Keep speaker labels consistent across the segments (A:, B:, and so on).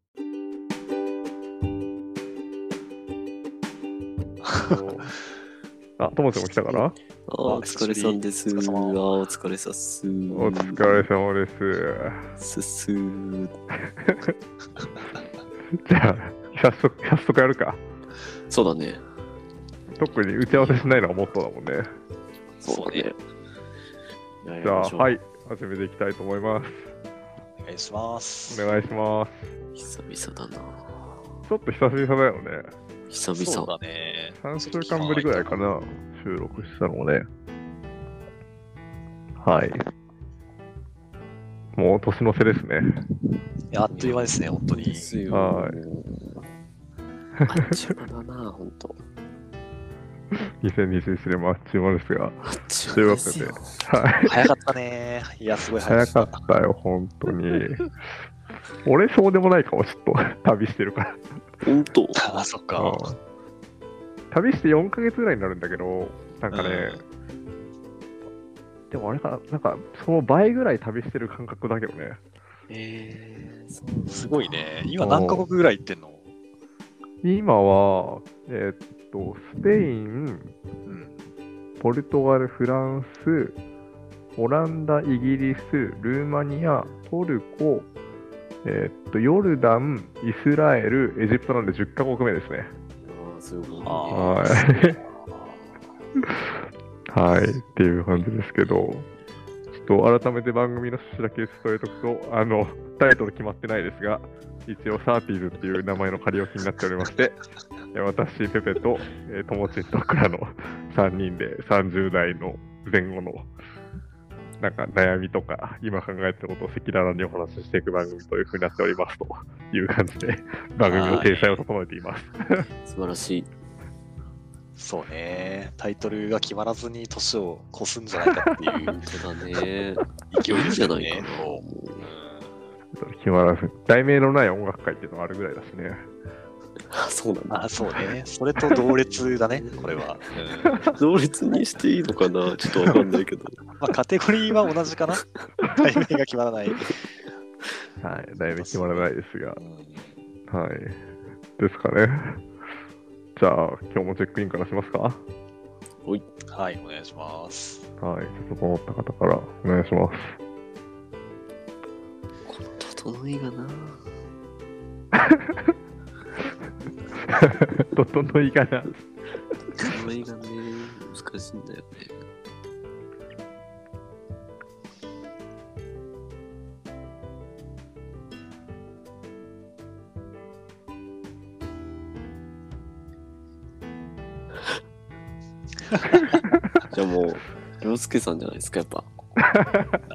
A: あ、ともちゃんも来たかな
B: あーお疲れさんです。あ
C: お疲れ様
B: ーお疲れさっす。
A: お
B: お
A: 疲れ様です。
B: すっすー。
A: じゃあ、早速、早速やるか。
B: そうだね。
A: 特に打ち合わせしないのはモットーだもんね。
B: そうだね。。
A: じゃあ、はいい、始めていきたいと思います。
C: お願いします。
A: お願いします。
B: 久々だな。
A: ちょっと久々だよね。
B: 久
C: そう
B: 々。
C: だね。
A: 3週間ぶりぐらいかな、収録したのもね。はい。もう年の瀬ですね。
C: いやあっという間ですね、本当に。
B: よ
A: はい
B: あっちゅう間だな、ほんと。
A: 2021年もあっちゅう間ですが。
B: あっち ゅ
A: というう
B: 間
A: わ
B: で
A: け
B: す
A: で
B: よ。、
A: はい。
C: 早かったね。いや、すごい
A: 早
C: 早
A: か
C: かっ。
A: ったたよ、本当に。俺、そうでもないかも、ちょっと。旅してるから。
B: ほんと。
C: あ、そっ
A: うん
C: か。
A: 旅して4ヶ月ぐらいになるんだけど、なんかね、でもあれかな、なんかその倍ぐらい旅してる感覚だけどね。
B: えー、そ
C: うん
B: う
C: すごい。ね。今何カ国ぐらい行ってんの
A: 今は、えーっと、スペイン、
C: うん。
A: ポルトガル、フランス、オランダ、イギリス、ルーマニア、トルコ、えーっと、ヨルダン、イスラエル、エジプトなんで10カ国目ですね。
B: ああ、そういうことね。
C: あ
A: はい。はい、っていう感じですけど、ちょっと改めて番組の趣旨だけ伝えとくと、あの、タイトル決まってないですが、一応サーティーズっていう名前の仮置きになっておりまして、え私、ペペと、えー、友達とクラの3人で30代の前後の、なんか悩みとか、今考えてることを赤裸々にお話ししていく番組というふうになっておりますという感じで、番組の体裁を整えています。
B: 素晴らしい。
C: そうね。タイトルが決まらずに年を越すんじゃないかっていう
B: ほんとだね。
C: 勢いです
B: じゃ
C: よ
B: な い
C: ね
B: か。な。
C: そ
B: もう
C: う
A: 決まらず、題名のない音楽会っていうのがあるぐらいだしね。
B: あ、そうなん
C: うん
B: だ。
C: あ、そうね。それと同列だね、これは。うん
B: 同列にしていいのかなちょっとわかんないけど。
C: まあ、カテゴリーは同じ かな。題名が決まらない。
A: はい、題名決まらないですが、
C: うん
A: はい。ですかね。じゃあ、今日もチェックインからしますか。はい、
C: はい、お願いします。
A: ちょっと困った方からお願いします。
B: この 整いがな。
A: どどのいいかな。
B: 整いがね、難しいんだよね。じゃあもう、洋介さんじゃないですか、やっぱ。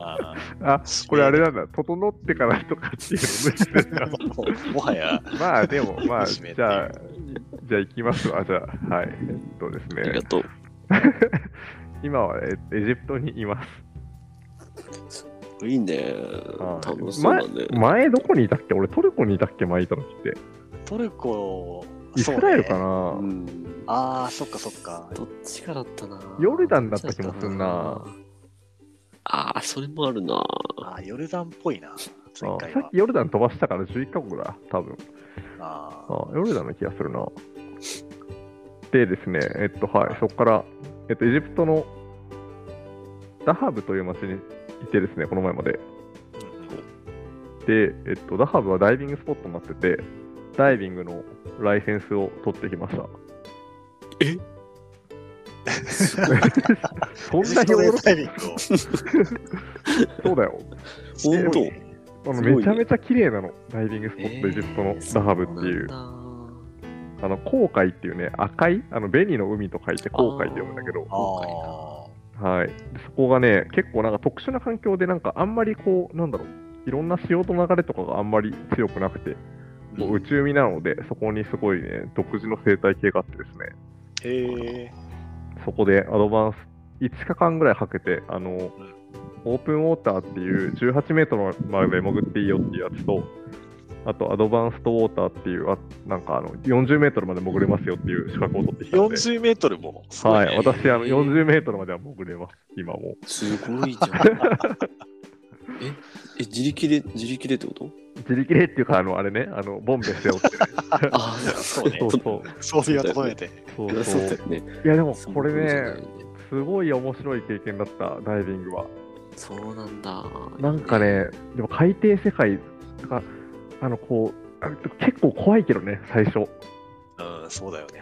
C: あ
A: あ、 これあれなんだ。整ってからとかっていうの無理ですか。
C: ー もうもはや、
A: まあ、でも、まあ、
C: 締め
A: じ
C: て
A: ゃあ、じゃあ行きますわ。じゃあ、はい。えっとです
B: あり
A: ね
B: が、とう。
A: 今はえエジプトにいます。
B: いいね。
A: はい
B: 楽しそうだね。
A: 前どこにいたっけ俺トルコにいたっけ前いたのって。
C: トルコ、
A: イスラエルか
C: そうね
A: な、
B: うん
C: ああ、そっかそっか。
B: どっちかだったな。
A: ヨルダンだった気もすんな。
B: ああ、それもあ るな。
C: あーヨルダンっぽいな、前
A: あ
C: 回
A: さっ
C: は
A: き。ヨルダン飛ばしたから11カ国だ、多分。
C: あー
A: あヨルダンの気がするな。でですね、えっと、はい、そこから、えっと、エジプトのダハブという町にいてですね、この前まで。で、えっと、ダハブはダイビングスポットになってて、ダイビングのライセンスを取ってきま した。
B: え
A: そんなに驚く
C: タイミングを。
A: そうだよ。
B: 本当
A: あの
B: すごいね
A: めちゃめちゃ綺麗なの、ダイビングスポット、エジプトのダハブっていう。あの紅海っていうね、赤い、あの紅の海と書いて紅海って読むんだけど、
C: あ
A: はい、でそこがね、結構なんか特殊な環境で、なんかあんまりこう、なんだろう、いろんな潮の流れとかがあんまり強くなくて、もう宇宙海なので、そこにすごいね、独自の生態系があってですね、
C: あ、へえ。
A: そこでアドバンス、5日間ぐらいかけて、あの、オープンウォーターっていう18メートルまで潜っていいよっていうやつと、あとアドバンストウォーターっていう、あなんかあの40メートルまで潜れますよっていう資格を取ってきたので、
C: 40メートルも。すご
A: はいい、
C: ね
A: 私、あの40メートルまでは潜れます、今も。
B: すごいじゃん。え、自力で、自力でってこと
A: 自力でっていうか、あの、あれね、あの、ボンベ背負って、ね、
B: ああ、
C: そうね
A: そうそう
C: 装備は整えて。
A: そう
B: そ
A: そうう
B: だ。よね。
A: いや、でも
B: そんな
A: これ
B: ことじゃない
A: ね、すごい面白い経験だった、ダイビングは。
B: そうなんだ。
A: なんかね、でも海底世界とか、あの、こう、あ結構怖いけどね、最初。
C: うん、そうだよね。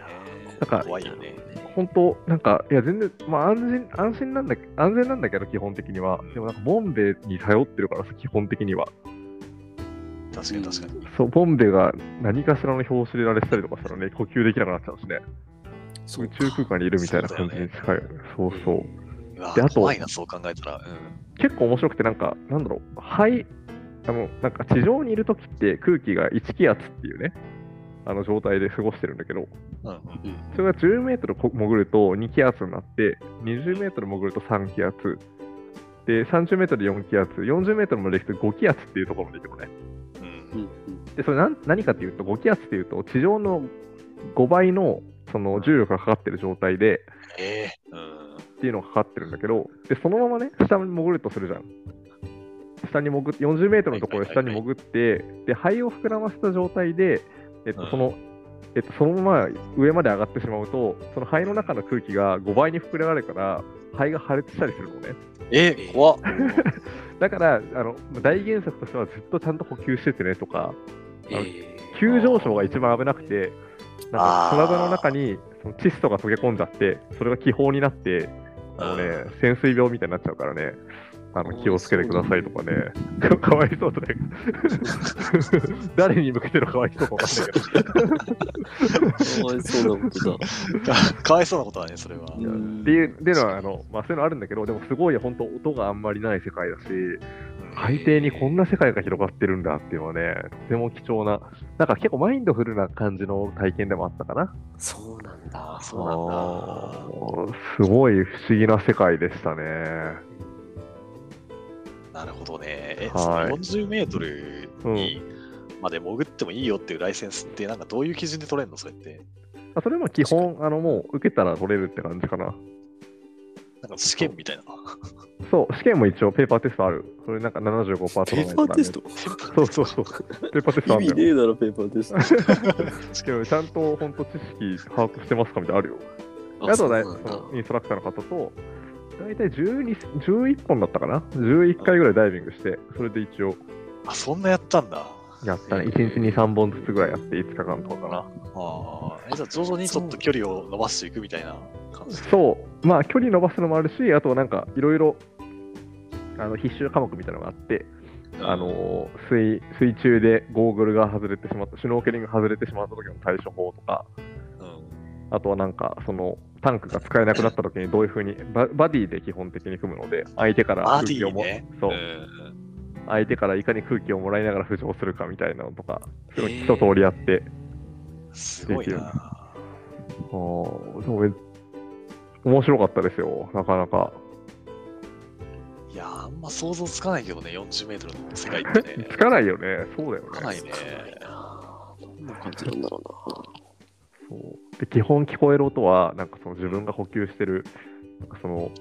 A: だから
C: 怖いよね。
A: 本当なんか、いや、全然、まあ、安心、安心なんだ、安全なんだけど、基本的には。でも、なんか、ボンベに頼ってるからさ、基本的には。
C: 確かに確かに。
A: そう、ボンベが何かしらの表紙でられてたりとかしたらね、呼吸できなくなっちゃうしね。
B: そう
A: 宇
B: か
A: 宙空間にいるみたいな感じに近いよね。そうそう。
C: うわ
A: であと
C: 怖いな、そう考えたら。うん。
A: 結構面白くて、なんか、なんだろう、肺、あの、なんか地上にいるときって空気が1気圧っていうね、あの状態で過ごしてるんだけど、
C: うんうん
A: それが10メートルこ潜ると2気圧になって、20メートル潜ると3気圧、で、30メートル4気圧、40メートルまで行くと5気圧っていうところまで行くのね。
C: う。
B: うんんうん
A: で、それなん何かっていうと、5気圧っていうと、地上の5倍のその重力がかかってる状態で、
C: ええうん。
A: っていうのがかかってるんだけど、でそのままね、下に潜るとするじゃん。下に潜って、40メートルのところで下に潜って、で、肺を膨らませた状態で、えっ
C: う
A: と、
C: ん
A: その、えっと、そのまま上まで上がってしまうと、その肺の中の空気が5倍に膨れられるから、肺が破裂したりするのね。
C: え え怖っ。
A: だから、あの、大原則としてはずっとちゃんと補給しててねとか、
B: えー
A: 急上昇が一番危なくて、なんか体の中にその窒素が溶け込んじゃって、それが気泡になって、あのね、潜水病みたいになっちゃうからね、あ
B: あ
A: の
B: ー
A: 気をつけてくださいとかね、 かわいそうだね。 誰に向けてるのかわいそうかわかんないけ ど、
B: かわいそうなこと だ。
C: かかわいそうなことだね、それは。
B: いや
A: っていうっていうのはあの、まあ、そういうのあるんだけど、でもすごい本当、音があんまりない世界だし、海底にこんな世界が広がってるんだっていうのはね、とても貴重な、なんか結構マインドフルな感じの体験でもあったかな。
B: そうなんだ。
C: そうなんだ。
A: すごい不思議な世界でしたね。
C: なるほどね。え、
A: はい
C: その40メートルにまで潜ってもいいよっていうライセンスって、なんかどういう基準で取れるのそれって。
A: あそれも基本、あのもう受けたら取れるって感じかな。
C: なんか試験みたいな。
A: そう、試験も一応ペーパーテストある。それなんか75%取らないと
B: ペーパーテスト
A: そうそうそう。ペーパーテスト
B: 意
A: ある
B: 味
A: んだ
B: ね
A: よ。
B: えだろ、ペーパーテスト。
A: しかもちゃんと本当知識把握してますかみたいなのあるよ。 あとね、そのインストラクターの方と、大体12 11本だったかな ?11 回ぐらいダイビングして、それで一応
C: あ、そんなやったんだ。
A: やったね。1日に3本ずつぐらいやって5日間とかかな。
C: ああ。え、じゃあ徐々にちょっと距離を伸ばしていくみたいな感じで。
A: そう、まあ距離伸ばすのもあるし、あとなんかいろいろあの必修科目みたいなのがあって、
C: うん
A: あの水水中でゴーグルが外れてしまった、シュノーケリングが外れてしまった時の対処法とか、
C: うん
A: あとはなんか、そのタンクが使えなくなった時にどういうふうにバ、バディで基本的に組むので、相手から
C: バ
A: 空
C: デ
A: 気を
C: ィ
A: も、
C: ね。
A: そうう、
C: ん
A: 相手からいかに空気をもらいながら浮上するかみたいなのとか、すごい一通りあって、
C: すごいな。
A: あーでもめ面白かったですよ、なかなか。。
C: いやー、あんま想像つかないけどね、40メートルの世界ってね
A: つかないよね、そうだよ
C: つか
A: ね
C: な。いね。
B: どんな感じなんだろう
A: そうで基本聞こえる音はなんかその自分が補給してるなんかその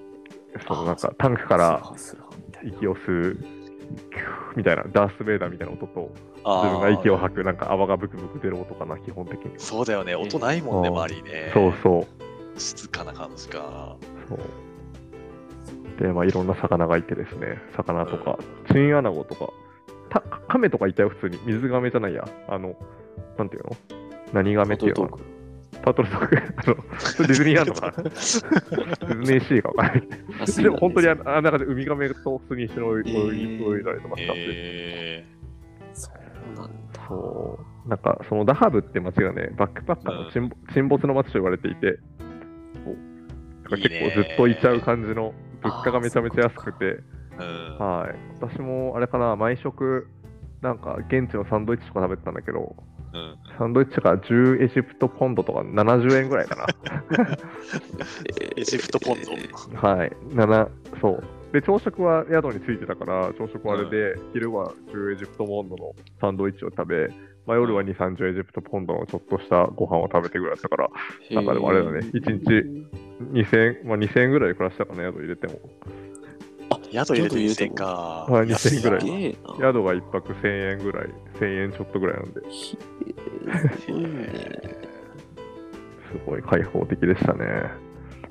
A: そのなんかタンク
B: な。
A: から
B: スラスラみたいな
A: 息を吸うキューみたいなダース・ベイダーみたいな音と
C: あー
A: 自分が息を吐くなんか泡がブクブク出る音かな基本的に
C: そうだよね、音ないもんね、
A: うん
C: 周りね。
A: そうそう
C: 静かな感じか。
A: そうでまあいろんな魚がいてですね魚とかチンアナゴとかたカメとかいたよ普通に水ガメじゃないやあのなんていうの何ガメっていうの
B: トーク
A: タートルトーク あのそれディズニーランドかな ディズニーシーかわかんない
B: あ
A: でも本当にあのあんな感じでウミガメと普通に一緒に泳い
B: え
A: 泳
B: ー
A: いだりとかしたんで、
C: え
B: そうなんだ。
A: そうなんかそのダハブって街がねバックパッカーの沈,、沈没の街と言われていてなんか
C: いい
A: 結
C: ね
A: 構ずっといちゃう感じの物価がめちゃめちゃ安くて、
C: ーうん
A: はい、私もあれかな毎食なんか現地のサンドイッチとか食べてたんだけど
C: うん
A: サンドイッチが10エジプトポンドとか70円ぐらいかな
C: エジプトポンド。
A: はい、7、そう。で、朝食は宿についてたから、朝食はあれで、昼は10エジプトポンドのサンドイッチを食べ、まあ、夜は2、30エジプトポンドのちょっとしたご飯を食べてぐらいだったから、なんかでもあれだね一日
B: 日。
A: 2000、まあ、2000円ぐらいで暮らしたかな、宿入れても。
B: あ
C: 宿入れて2000円か。
A: はい2000円ぐらい
B: す
A: は
B: げえな。
A: 宿が1泊1000円ぐらい、1000円ちょっとぐらいなんで、
B: すごいね。
A: すごい開放的でしたね。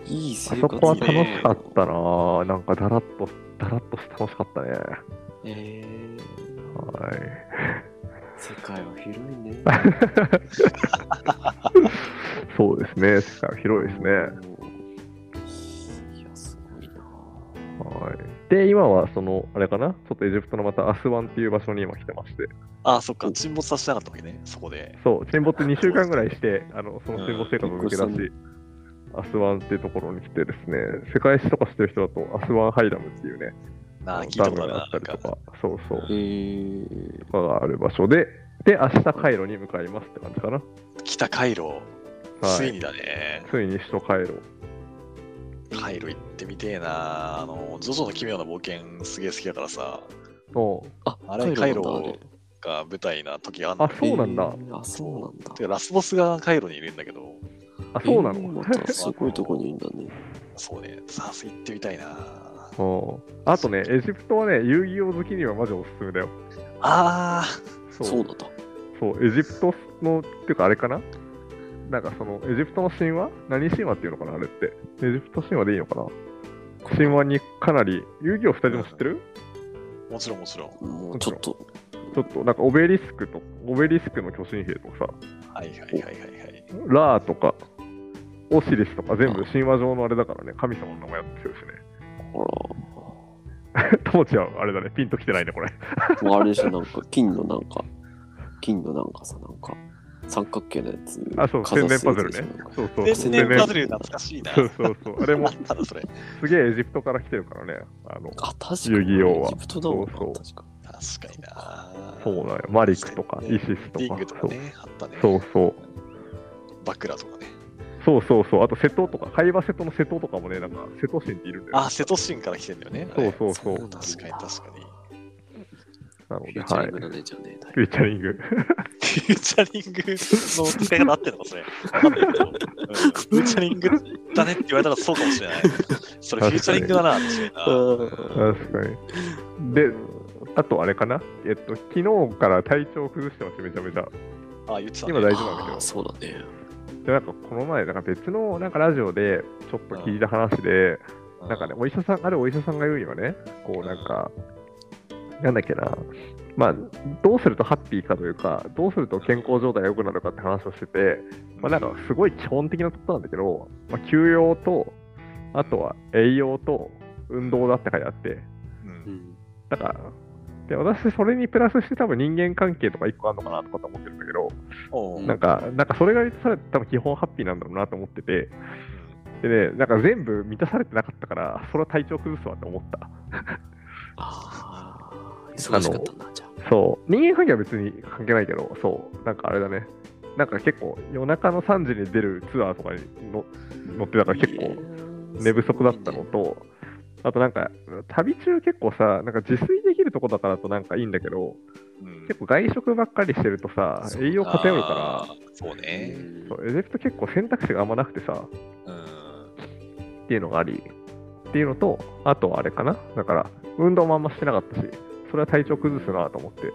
B: いい
A: あ
B: 生
A: そ
B: 活
A: こは
B: だ
A: 楽
B: ね
A: しかったなぁ。なんかだらっと、だらっとして楽しかったね。
B: えー
A: はい。
B: 世界は広いね。
A: そうですね。広いですね。
B: いや、すごいな。
A: はい。で、今はその、あれかな、ちょっとエジプトのまたアスワンっていう場所に今来てまして、
C: あ、そっか、沈没させなかったわけね、そこで。
A: そう、沈没2週間ぐらいして、あのその沈没生活を抜け出し、
B: うん
A: アスワンっていうところに来てですね、世界史とかしてる人だと、アスワンハイダムっていうね、
C: なあ、聞い
A: ダ
C: た
A: ム
C: ことある
A: があ
C: な、
A: った
C: なん
A: りと
C: か。
A: か、そうそう、
B: え
A: と
B: ー、
A: かがある場所で、で、明日カイロに向かいますって感じかな。
C: 北カイロ、
A: は
C: つい
A: い、
C: にだね。
A: ついに首都カイロ。
C: カイロ行ってみてえな。あの、ジョジョの奇妙な冒険すげえ好きだからさ、
A: おう
B: あ、
C: あれカイロ
B: なんだあれ
C: が舞台な時があんの
A: あそうなんだ
B: えーあ、そうなんだ。
C: てかラスボスがカイロにいるんだけど、
A: あ、そうな
B: えー
A: の、
B: またすごいとこにいるんだね。
C: そうね、さすが行ってみたいな。
A: おうあとね、エジプトはね、遊戯王好きにはマジおすすめだよ。
C: あ
A: そ
B: そうなんだ。
A: そう、エジプトの、っていうかあれかななんかその、エジプトの神話何神話っていうのかなあれって。エジプト神話でいいのかな神話にかなり、遊戯王2人とも知ってる
C: あ、もちろんもちろん。
B: もうちょっと。
A: ちょっと、なんかオベリスクと、オベリスクの巨神兵とかさ、
C: はいはいはいはいはい。
A: ラーとか、オシリスとか全部神話上のあれだからね、神様の名前やってるし
B: ほ
A: ね。友ちゃん、あれだね、ピンときてないね、これ。
B: ら、もうあれでしょ、なんか、金のなんか、金のなんかさ、なんか、三角形のやつ。
A: あ、そう、
B: かざ
A: 千年
B: すや
A: パ
B: つ
A: ズル
B: でしょ
A: ね
B: なん。か
A: そうそうそう。
C: で、
B: 千
C: ス
B: 年
C: ネ
B: パ
C: パ
B: ズ
C: ズ
B: ル
C: ル懐かしいな。
A: そうそうそう。あれも
C: なんだろうそれ。
A: すげえエジプトから来てるからね。あの、
B: あ、確かに。
A: 遊戯王は
B: エジプトだもんな、
A: そう
B: 確か
C: 確かにな。
A: そうなのよ。マリクとか、イシスと
C: リン
A: か
C: グと。か
A: そう
C: ね、あったね。
A: そうそう。
C: バクラとかね。
A: そうそうそう。あと瀬戸とか、海馬瀬戸の瀬戸とかもね、なんか瀬戸神っているんだよ。
C: あ、瀬戸神から来てんだよね。あ
A: そ
C: れ
A: うそうそう。
C: 確かに確かに。
A: なので、はい
B: に。フューチャリン。グだね、じゃあね。だい
A: フ
B: ぶ
A: ューチャリング。
C: フューチャリングの使い方合ってんのか、 それ。わかんないけどうんフューチャリングだねって言われたらそうかもしれない。それフューチャリングだな、確かにな。うん
A: 確かに。で、あとあれかなえっと、昨日から体調崩してます、めちゃめちゃ。
C: あ、言ってたね。
A: 今大丈夫なん
B: あ
A: だ
B: ー
A: け
B: そうだね。
A: ど。で、なんかこの前、なんか別のなんかラジオでちょっと聞いた話で、なんかね、お医者さん、あるお医者さんが言うにはね、こうなんか、なんだっけな、まあ、どうするとハッピーかというか、どうすると健康状態が良くなるかって話をしてて、まあ、なんかすごい基本的なことなんだけど、まあ、休養と、あとは栄養と運動だって書いてあって、
C: うん
B: うん。
A: だから、で私、それにプラスして多分人間関係とか一個あるのかなとかと思ってるんだけど、
C: おう
A: なんか、なんかそれが満たされて多分基本ハッピーなんだろうなと思ってて、でね、なんか全部満たされてなかったから、それは体調崩すわって思った。
B: ああ、忙しかったんだ、じゃあ。
A: そう、人間関係は別に関係ないけど、そう、なんかあれだね、なんか結構夜中の3時に出るツアーとかにの乗ってたから結構寝不足だったのと、あとなんか旅中結構さ、なんか自炊できるとこだからとなんかいいんだけど、
C: うん
A: 結構外食ばっかりしてるとさ、
B: そう
A: 栄養偏る
C: あ
A: か
C: ーそう
B: え
C: ね。
A: ら、そうエジプト結構選択肢があんまなくてさ、
C: うん。
A: っていうのがあり、っていうのと、あとはあれかな、だから運動もあんましてなかったし、それは体調崩すなと思って。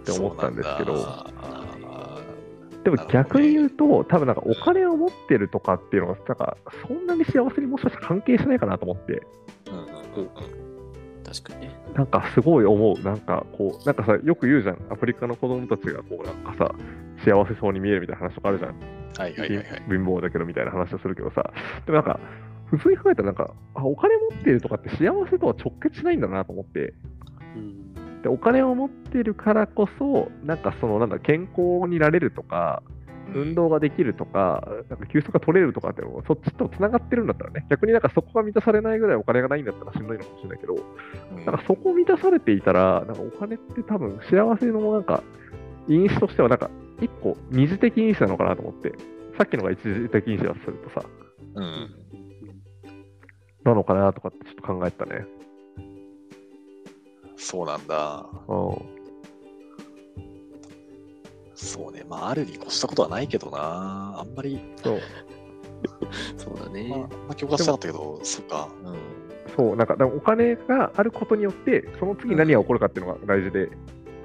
A: って思ったんですけど
C: そうなんだあ
A: でも
C: なるほどね
A: 逆に言うと、多分なんかお金を持ってるとかっていうのは、なんかそんなに幸せにもしかしたら関係しないかなと思って、
C: ーうんうんうんうん
B: 確かにね。
A: なんかすごい思う、なんかこう、なんかさ、よく言うじゃん、アフリカの子供たちがこう、なんかさ、幸せそうに見えるみたいな話とかあるじゃん、
C: はいはいはいはい。
A: 貧乏だけどみたいな話をするけどさ、でもなんか、普通に考えたら、なんかあ、お金持ってるとかって幸せとは直結しないんだなと思って、
B: うん。
A: でお金を持ってるからこそ、なんかその、なんだ、健康になれるとか、運動ができるとか、なんか休息が取れるとかっていうのも、そっちとつながってるんだったらね、逆になんかそこが満たされないぐらいお金がないんだったらしんどいのかもしれないけど、
C: うん
A: なんかそこを満たされていたら、なんかお金って多分幸せのなんか、因子としてはなんか、一個二次的因子なのかなと思って、さっきのが一次的因子だとするとさ、
C: うん
A: なのかなとかってちょっと考えたね。
C: そうなんだ。
A: う
C: そうね。まあ、あるに越したことはないけどな。あんまり、
A: ん。そう。
B: そうだ
C: まあ、あ
B: ね。
C: んま共感してなかったけど、そうか。うん。
A: そう、なんか、だからお金があることによって、その次何が起こるかっていうのが大事で、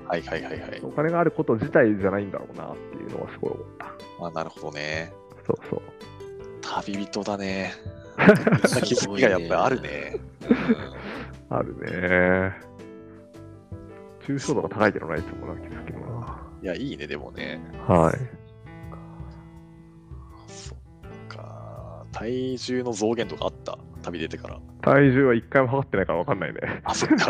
C: はいはいはいはい。
A: お金があること自体じゃないんだろうなっていうのはすごい思った。
C: あなるほどね。
A: そうそう。
C: 旅人だね。
B: ん
C: そんな気づきがやっぱりある。ね。
A: あるね。抽象度が高いけどないつもな、気づきもな。
C: うんいや、いいね、でもね。
A: はい。
C: そっか。体重の増減とかあった旅出てから。
A: 体重は一回も測ってないから分かんないね。
C: あ、そっ か。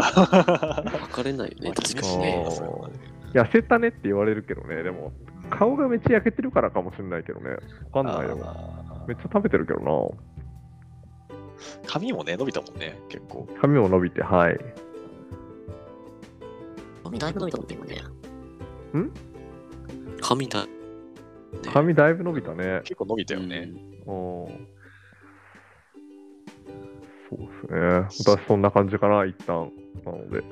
B: 測れないよね、
C: まあ
B: 確かにね。
A: そう痩せたねって言われるけどね、でも、顔がめっちゃ焼けてるからかもしれないけどね。分かんないよ。
C: あー
A: めっちゃ食べてるけど
C: 髪もね、伸びたもんね、結構。
A: な。髪も伸びて、はい。
B: 髪だいぶ伸びたっていうね。
A: ん
B: 髪だ。ね
A: 髪だいぶ伸びたね。
C: 結構伸びたよね。。
A: おーそうですね。私そんな感じかな、一旦。なので。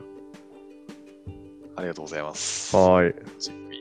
C: ありがとうございます。
A: はい。
C: チェック